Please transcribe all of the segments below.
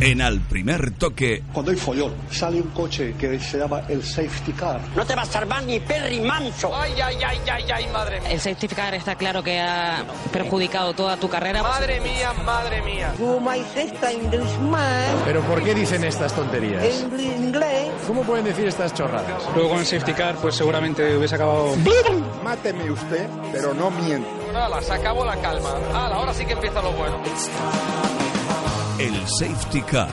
En al primer toque, Cuando hay follón, sale un coche que se llama el safety car. No te va a salvar ni Perry Manso. Ay, ay, ay, ay, ay, madre mía. El safety car está claro que ha perjudicado toda tu carrera. Madre mía, madre mía. You might say Englishman, ¿Pero por qué dicen estas tonterías? English, inglés. ¿Cómo pueden decir estas chorradas? Luego con el safety car, pues seguramente hubiese acabado. Máteme usted, pero no mienta. Ala, se acabó la calma. Ala, ahora sí que empieza lo bueno. el safety car.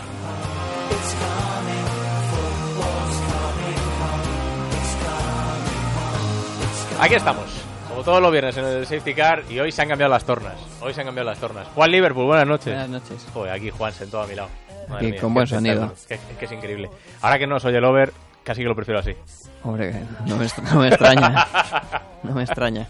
Aquí estamos, como todos los viernes en el Safety Car y hoy se han cambiado las tornas. Hoy se han cambiado las tornas. Juan Liverpool, buenas noches. Buenas noches. Joder, aquí Juan sentado a mi lado. Madre Aquí con buen qué sonido. espectáculo. Que, que es increíble. Ahora que no soy el over, casi que lo prefiero así. Hombre, no me, no me extraña. No me extraña.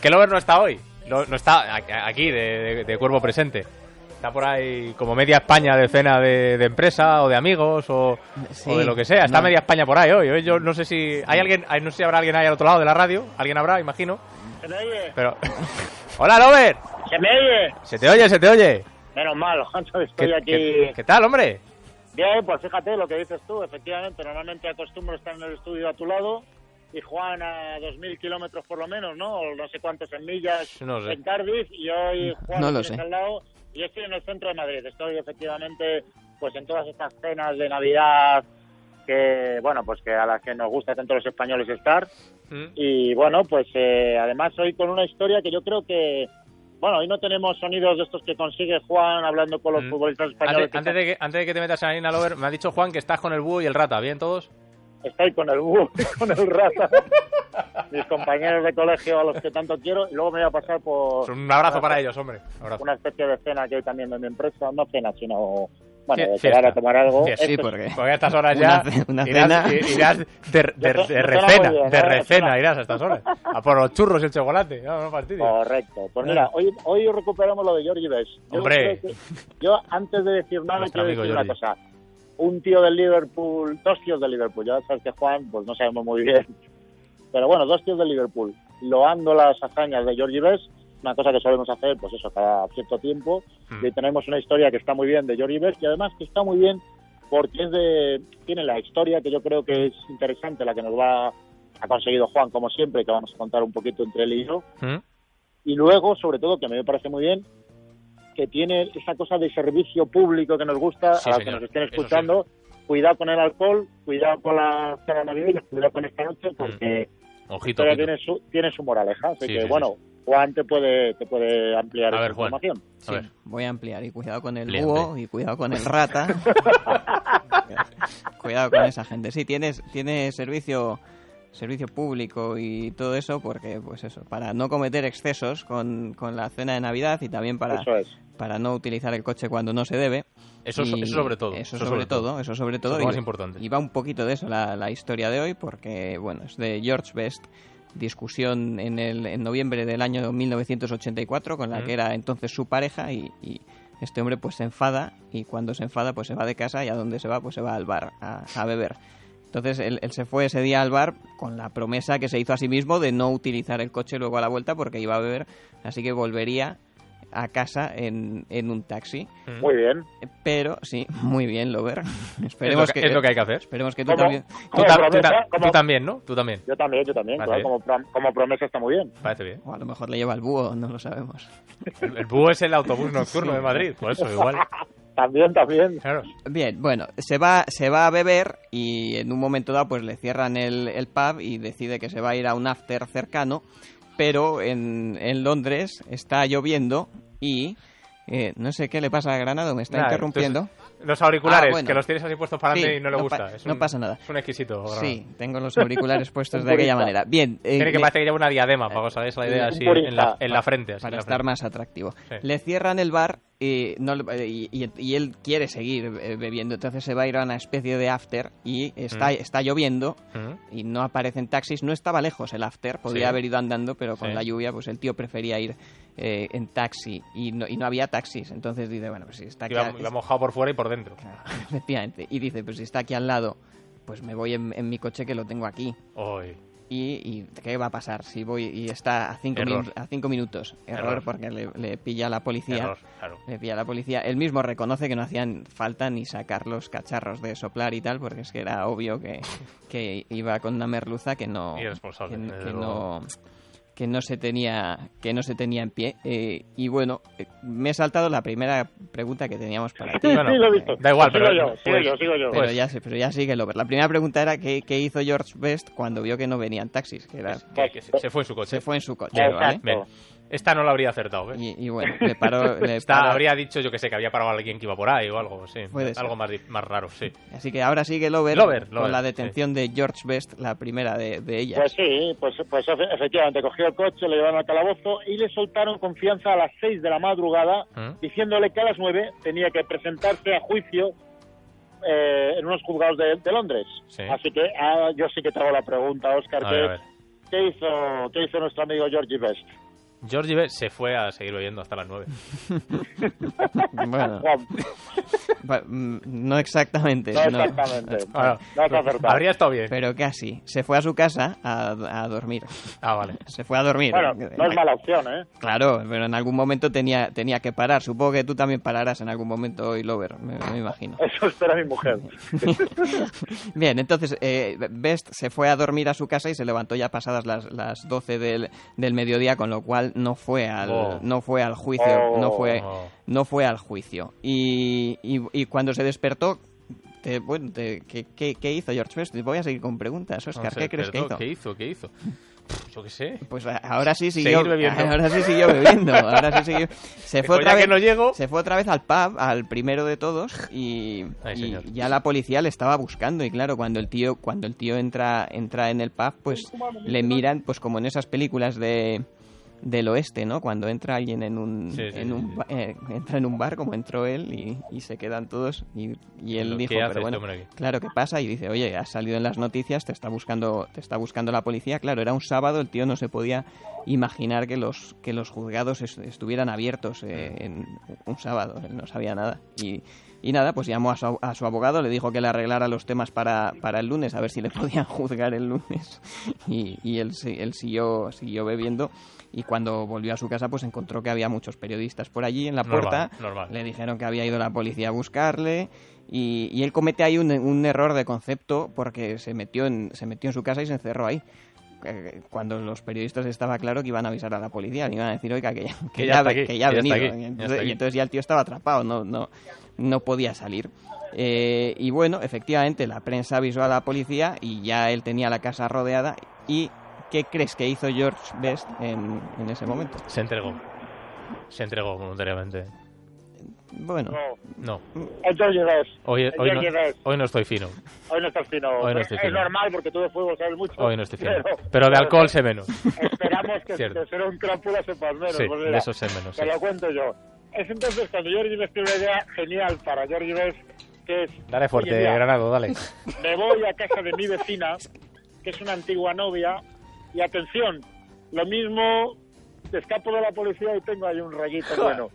Que el over no está hoy. No, no está a- aquí, de, de- de cuervo presente. Está por ahí como media España de cena de, de empresa o de amigos o, Sí, o de lo que sea. Está no. media España por ahí hoy. Hoy yo no sé si hay alguien, hay- no sé si habrá alguien ahí al otro lado de la radio. Alguien habrá, imagino. Pero hola, Lover. ¿Se me oye? Se te oye, se te oye. Menos mal, Hanson, estoy ¿Qué, aquí. qué- qué tal, hombre? Bien, pues fíjate lo que dices tú, efectivamente. Normalmente acostumbro estar en el estudio a tu lado y Juan a 2.000 kilómetros por lo menos, ¿no? O no sé cuántos en millas No sé. en Cardiff y hoy Juan No lo lo tienes sé. al lado. Y yo estoy en el centro de Madrid. Estoy efectivamente pues en todas estas cenas de Navidad que, bueno, pues que a las que nos gusta tanto a los españoles estar. Y bueno, pues eh, además hoy con una historia que yo creo que, bueno, hoy no tenemos sonidos de estos que consigue Juan hablando con los Mm. futbolistas españoles. Antes, antes de que, antes de que te metas en harina, Lover, me ha dicho Juan que estás con el búho y el rata. ¿Bien todos? Estoy con el búho, con el rata, mis compañeros de colegio a los que tanto quiero y luego me voy a pasar por Un abrazo para ellos, hombre. Un abrazo. una especie de cena que hay también en mi empresa, no cena, sino, bueno, Fie- de quedar fiesta. a tomar algo. Fiesta. Sí, Esto es- porque. Porque a estas horas ya Una ce- una irás, cena. i- irás de, de, Yo de te- yo te la recena, voy bien, de ¿eh? recena Recena. irás a estas horas. A por los churros y el chocolate, no, no fastidies. Correcto. Pues mira, hoy, hoy recuperamos lo de Jordi Bess. Yo Hombre. creo que- Yo, antes de decir nada, Nuestro quiero amigo decir una Jordi. cosa. Un tío del Liverpool, dos tíos del Liverpool, ya sabes que Juan, pues no sabemos muy bien. Pero bueno, dos tíos del Liverpool, loando las hazañas de Jordi Bess, una cosa que solemos hacer, pues eso, cada cierto tiempo. Mm. Y tenemos una historia que está muy bien de Jordi Bess, y además que está muy bien porque es de, tiene la historia que yo creo que es interesante, la que nos va ha conseguido Juan, como siempre, que vamos a contar un poquito entre él y yo ¿Mm? y luego, sobre todo, que a mí me parece muy bien, que tiene esa cosa de servicio público que nos gusta Sí, a los que señor. nos estén Eso sí. escuchando. Cuidado con el alcohol, cuidado con la cena navideña, cuidado con esta noche, porque Ojito, ojito. todavía tiene su, tiene su moraleja. Así Mm, Sí, que, sí, sí. bueno, Juan te puede, te puede ampliar A esa ver, Juan. información. Sí, ver. voy a ampliar. Y cuidado con el Amplía, búho amplía. y cuidado con el rata. cuidado con esa gente. Sí, tienes, tienes servicio servicio público y todo eso porque pues eso para no cometer excesos con, con la cena de navidad y también para, Eso es. para no utilizar el coche cuando no se debe Eso, so- Y eso sobre todo. Eso, sobre, todo, eso sobre todo. Eso es lo y- más importante. Y va un poquito de eso la, la historia de hoy, porque, bueno, es de George Best, discusión en, el, en noviembre del año 1984 con la Mm. que era entonces su pareja y, y este hombre pues se enfada y cuando se enfada pues se va de casa y a dónde se va pues se va al bar a, a beber. Entonces él, él se fue ese día al bar con la promesa que se hizo a sí mismo de no utilizar el coche luego a la vuelta porque iba a beber, así que volvería a casa en, en un taxi. Muy bien. Pero sí, muy bien, Lover. Es lo, Esperemos que, que, es lo que hay que hacer. esperemos que tú ¿Cómo? también. Tú, Como tam- tú promesa, tam- como- tú también, ¿no? Tú también. Yo también, yo también, Vale. claro, como, prom- como promesa está muy bien. Parece bien. O a lo mejor le lleva el búho, no lo sabemos. El, el búho es el autobús nocturno de Madrid. Por Pues eso, igual. También, también. Claro. Bien, bueno, se va, se va a beber y en un momento dado pues le cierran el, el pub y decide que se va a ir a un after cercano, pero en, en Londres está lloviendo y eh, no sé qué le pasa a Granado, me está Nada, interrumpiendo. entonces, los auriculares, Ah, bueno. que los tienes así puestos para adelante Sí, y no le no gusta. pa- Es no un- pasa nada. Es un exquisito. Sí, tengo los auriculares puestos Un de aquella purista. manera. Bien, eh, Tiene que le- parecer que lleva una diadema, para os hagáis la idea, Un así en la, purista. en la frente. así en para la estar frente. más atractivo. Sí. Le cierran el bar y, no le- y, y- y él quiere seguir eh, bebiendo, entonces se va a ir a una especie de after y está, Mm. está lloviendo ¿Mm? y no aparecen taxis. No estaba lejos el after, podría Sí. haber ido andando, pero con Sí. la lluvia pues el tío prefería ir eh, en taxi y no, y no había taxis. Entonces dice, bueno, pues si está aquí... Iba, a- iba mojado por fuera y por dentro. Claro, efectivamente. Y dice, pues si está aquí al lado, pues me voy en, en mi coche que lo tengo aquí. Oy. y, y ¿qué va a pasar si voy y está a cinco, Error. minu- a cinco minutos? Error, Error. porque le, le pilla la policía. Error, claro. Le pilla la policía. Él mismo reconoce que no hacían falta ni sacar los cacharros de soplar y tal, porque es que era obvio que, que iba con una merluza que no... Irresponsable, que- desde que luego. no que no se tenía que no se tenía en pie Eh, y bueno eh, me he saltado la primera pregunta que teníamos para ti Bueno, sí, lo he visto. da igual, Sigo pero- yo, sigo pues- yo, sigo yo. pero ya, sí- pero ya sigue el over. La primera pregunta era qué, qué hizo George Best cuando vio que no venían taxis, que era- Que- que se se fue en su coche. se fue en su coche, Bien, ¿vale? bien. Esta no la habría acertado, ¿ves? Y, eh, y bueno, le paró... le Esta paró- habría dicho, yo que sé, que había parado a alguien que iba por ahí o algo, sí. Puede ser. Algo más, di- más raro, sí. Así que ahora sigue el over, Lover, con lover, la detención de George Best, la primera de, de ellas. Pues sí, pues, pues efe- efectivamente, cogió el coche, le llevaron al calabozo y le soltaron confianza a las 6 de la madrugada, ¿Mm? diciéndole que a las 9 tenía que presentarse a juicio eh, en unos juzgados de, de Londres. Sí. Así que ah, yo sí que te hago la pregunta, Oscar, A que ver, a es, ver. ¿qué, hizo, ¿qué hizo nuestro amigo Georgie Best? George Ibe se fue a seguir bebiendo hasta las 9. Bueno, Ah, Juan, pa- mm, no exactamente, no no. exactamente. Bueno, no has acertado. Ah, habría estado bien. pero casi. Se fue a su casa a, a dormir. Ah, vale. Se fue a dormir. Bueno, En no es la- mala opción, ¿eh? Claro, pero en algún momento tenía, tenía que parar. Supongo que tú también pararás en algún momento hoy, Lover, me, me imagino. Eso espera mi mujer. Bien, entonces eh, Best se fue a dormir a su casa y se levantó ya pasadas las, las 12 del, del mediodía, con lo cual no fue al, Oh. no fue al juicio. Oh. No, fue, Oh. no fue al juicio. Y, y- y cuando se despertó, te- bueno, te- ¿qué, qué- qué hizo George Best? Voy a seguir con preguntas, No Oscar. sé, ¿Qué crees que perdón, hizo? ¿Qué hizo? ¿Qué hizo? Pff, Yo qué sé. Pues a- ahora sí Seguir siguió bebiendo. Ahora sí siguió bebiendo. Ahora sí siguió. Se fue Dijo, otra Pues "Ya vez. que no llego". Se fue otra vez al pub, al primero de todos, y, Ay, y señor. ya la policía le estaba buscando. Y claro, cuando el tío, cuando el tío entra, entra en el pub, pues le miran, pues como en esas películas de del oeste, ¿no? Cuando entra alguien en un, Sí, sí, en sí, un sí. ba- eh, entra en un bar como entró él y, y se quedan todos y, y él Lo que dijo, pero hace este bueno, hombre aquí". Claro, ¿qué pasa? Y dice, oye, has salido en las noticias, te está buscando, te está buscando la policía. Claro, era un sábado, el tío no se podía imaginar que los, que los juzgados es- estuvieran abiertos eh, en un sábado, él no sabía nada. Y, y nada, pues llamó a su, a su abogado, le dijo que le arreglara los temas para, para el lunes, a ver si le podían juzgar el lunes. Y, y él, si- él siguió, siguió bebiendo. Y cuando volvió a su casa, pues encontró que había muchos periodistas por allí en la Normal, puerta. normal. Le dijeron que había ido la policía a buscarle y, y él comete ahí un, un error de concepto porque se metió, en, se metió en su casa y se encerró ahí. Eh, Cuando los periodistas estaba claro que iban a avisar a la policía, le iban a decir, oiga, que ya, que Que ya, ya está aquí, que ya ha que ya está venido. aquí, Y ya está entonces- aquí. y entonces ya el tío estaba atrapado, no, no, no podía salir. Eh, y bueno, efectivamente, la prensa avisó a la policía y ya él tenía la casa rodeada. ¿Y qué crees que hizo George Best en, en ese momento? Se entregó. Se entregó voluntariamente. Bueno, No. No. El Georgie Best. Hoy, El hoy, Georgie no, Best. hoy no estoy fino. Hoy no estás fino. Hoy no estoy es fino. normal porque tú de fútbol sabes mucho. Hoy no estoy fino. Pero de alcohol sé menos. Esperamos que Cierto. de ser un trámpula sepas menos. Sí, pues de mira, eso sé menos. Te sí. lo cuento yo. Es entonces cuando Jordi Best tiene una idea genial para Jordi Best, que es... Dale fuerte, "Oye, mira, Granado, dale. Me voy a casa de mi vecina, que es una antigua novia, y atención, lo mismo, escapo de la policía y tengo ahí un rayito bueno.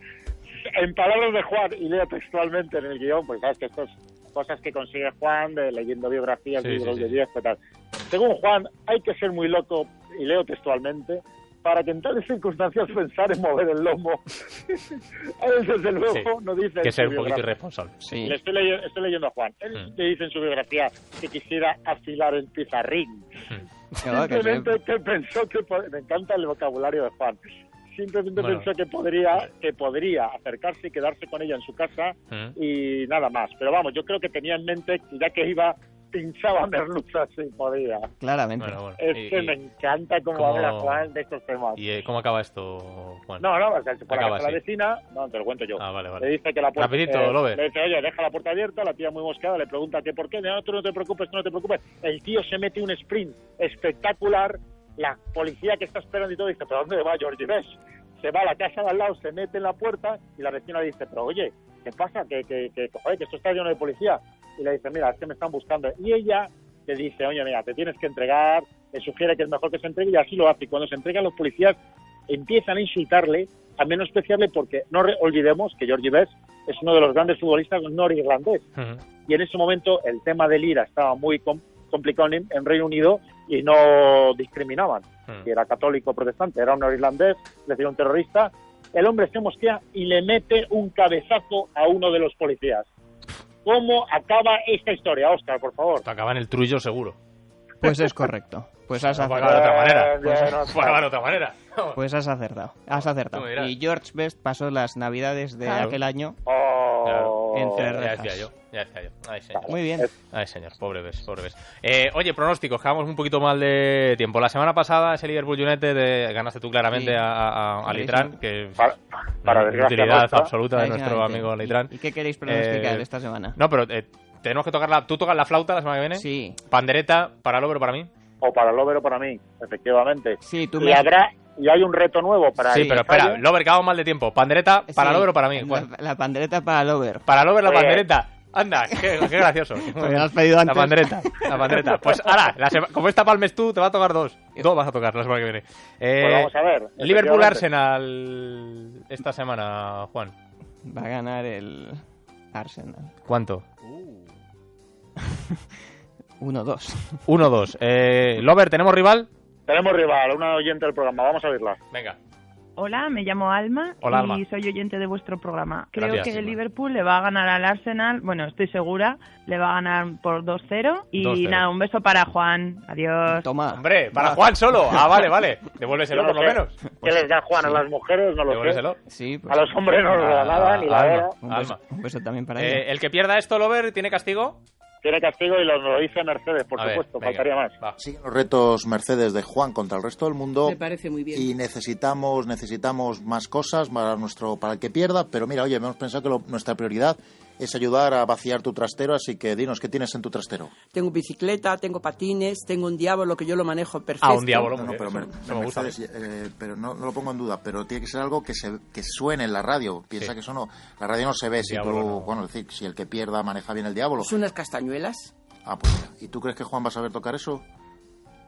En palabras de Juan, y leo textualmente en el guión, pues sabes que estas cosas que consigue Juan de leyendo biografías, Sí, libros sí, de sí. viejo y tal. Según Juan, hay que ser muy loco, y leo textualmente, para que en tales circunstancias pensar en mover el lomo. Él, desde luego, Sí, no dice... Que en su ser un poquito biografía. irresponsable. sí. Le estoy, leye- estoy leyendo a Juan. Él Mm. le dice en su biografía que quisiera afilar el pizarrín. claro que sí. Simplemente que pensó que... po- Me encanta el vocabulario de Juan. Simplemente Bueno. pensó que podría, que podría acercarse y quedarse con ella en su casa Mm. y nada más. Pero vamos, yo creo que tenía en mente que ya que iba, pinchaba merluzas si podía. Claramente. Bueno, bueno. Es Y- que y- me encanta cómo, ¿cómo- habla Juan de estos temas. ¿Y eh, cómo acaba esto, Juan? No, no, o sea, se fue a la Acaba casa de la así. vecina. No, te lo cuento yo. Ah, vale, Le vale. dice que la puerta. Rapidito, eh, Lover. Le dice, oye, deja la puerta abierta. La tía muy moscada le pregunta que por qué. No, tú no te preocupes, tú no te preocupes. El tío se mete un sprint espectacular. La policía que está esperando y todo dice, ¿pero dónde va Georgie Best? Se va a la casa de al lado, se mete en la puerta y la vecina le dice, pero oye, ¿qué pasa? Que, que, que, que, joder, que esto está lleno de policía. Y le dice, mira, es que me están buscando. Y ella le dice, oye, mira, te tienes que entregar. Le sugiere que es mejor que se entregue y así lo hace. Y cuando se entregan los policías empiezan a insultarle, a menospreciarle, porque no re- olvidemos que Georgie Best es uno de los grandes futbolistas norirlandés. Mm. Y en ese momento el tema del IRA estaba muy, com- complicado en, en Reino Unido y no discriminaban. Si era católico o protestante, era un irlandés, es decir, un terrorista. El hombre se mosquea y le mete un cabezazo a uno de los policías. ¿Cómo acaba esta historia, Oscar, por favor? Acaba en el trullo seguro. Pues es correcto. Pues has No puede acertado. acabar de otra Eh, manera. Pues has- No puede acabar de otra manera. Pues has acertado, has acertado. Tú me dirás. Y George Best pasó las navidades de Claro. aquel año Oh. Claro. entre ya rejas. decía yo, ya decía yo. Ay, señor. Muy bien. Ay, señor, pobre Bes, pobre Bes. Eh, oye, pronósticos, quedamos un poquito mal de tiempo. La semana pasada ese Liverpool United de, ganaste tú claramente Sí. a, a- a Litrán, Clarísimo. que Para- para una desgracia utilidad nuestra. absoluta de nuestro Clarísimamente. amigo Litrán. Eh, ¿Y- y qué queréis pronosticar esta semana? No, pero eh, tenemos que tocar la... ¿Tú tocas la flauta la semana que viene? Sí. ¿Pandereta para Lobero para mí? O para Lobero para mí, efectivamente. Sí, tú y me- habrá y hay un reto nuevo para sí, ahí, pero Fabio. espera, ¿eh? Lover, quedamos mal de tiempo. ¿Pandereta para Sí, Lover o para mí? ¿Cuál? La, la pandereta para Lover. Para Lover la Oye. pandereta. Anda, qué, qué gracioso. Porque la has pedido antes. La pandereta, la pandereta. Pues ahora, la sema- como esta palmes tú, te va a tocar dos. Dos vas a tocar la semana que viene. Eh, Pues vamos a ver, Liverpool efectivamente. Arsenal esta semana, Juan. Va a ganar el Arsenal. ¿Cuánto? 1-2. 1-2. Eh, Lover, ¿tenemos rival? Tenemos rival, una oyente del programa, vamos a verla. Venga. Hola, me llamo Alma Hola, y Alma. soy oyente de vuestro programa. Creo Gracias, que el Alma. Liverpool le va a ganar al Arsenal, bueno, estoy segura, le va a ganar por 2-0 y 2-0. nada, un beso para Juan. Adiós. Toma. Hombre, para Juan solo. Ah, vale, vale. Devuélveselo por lo menos. ¿Qué les da Juan a las mujeres? No lo sé. Devuélveselo. Ah, Sí, pues A los hombres no les da nada, ni la Alma, hora. Un beso, Alma. un beso también para Eh, ella. el que pierda esto, Lover, ¿tiene castigo? Tiene castigo y lo, lo dice Mercedes, por A ver, supuesto, venga, faltaría más. Siguen los retos Mercedes de Juan contra el resto del mundo. Me parece muy bien. Y necesitamos, necesitamos más cosas para, nuestro, para el que pierda. Pero mira, oye, hemos pensado que lo- nuestra prioridad es ayudar a vaciar tu trastero. Así que dinos, ¿qué tienes en tu trastero? Tengo bicicleta, tengo patines, tengo un diablo que yo lo manejo perfecto. Ah, No, no, pero, Mer- Mercedes, eh, pero no, no lo pongo en duda. Pero tiene que ser algo que, se, que suene en la radio. Piensa Sí. que eso no. La radio no se ve. Si diablo tú- bueno, es decir, si el que pierda maneja bien el diablo. Son unas castañuelas. Ah, pues mira. ¿Y tú crees que Juan va a saber tocar eso?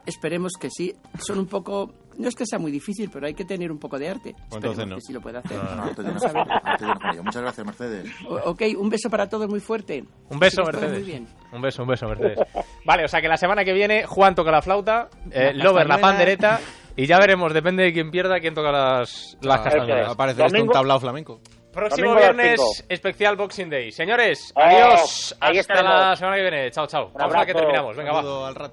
Esperemos que sí. Son un poco. No es que sea muy difícil, pero hay que tener un poco de arte. Pues Esperemos entonces no. Que sí lo puede hacer. No, Ah. no, no, te llenas- Vamos a ver. te llenas con ello. Muchas gracias, Mercedes. O- ok, un beso para todos muy fuerte. Un beso, Que estéis Mercedes. Muy bien. Un beso, un beso, Mercedes. pues, Vale, o sea que la semana que viene Juan toca la flauta, eh, La Lover la castañuela. pandereta y ya veremos, depende de quién pierda, quién toca las, las Ah, castañuelas. Aparece esto un tablao flamenco. Próximo Domingo a las viernes, cinco. especial Boxing Day. Señores, Oh, adiós. ahí Hasta estaremos. la semana que viene. Chao, chao. Vamos a abrazo. que terminamos. Venga, va. Saludo al rato.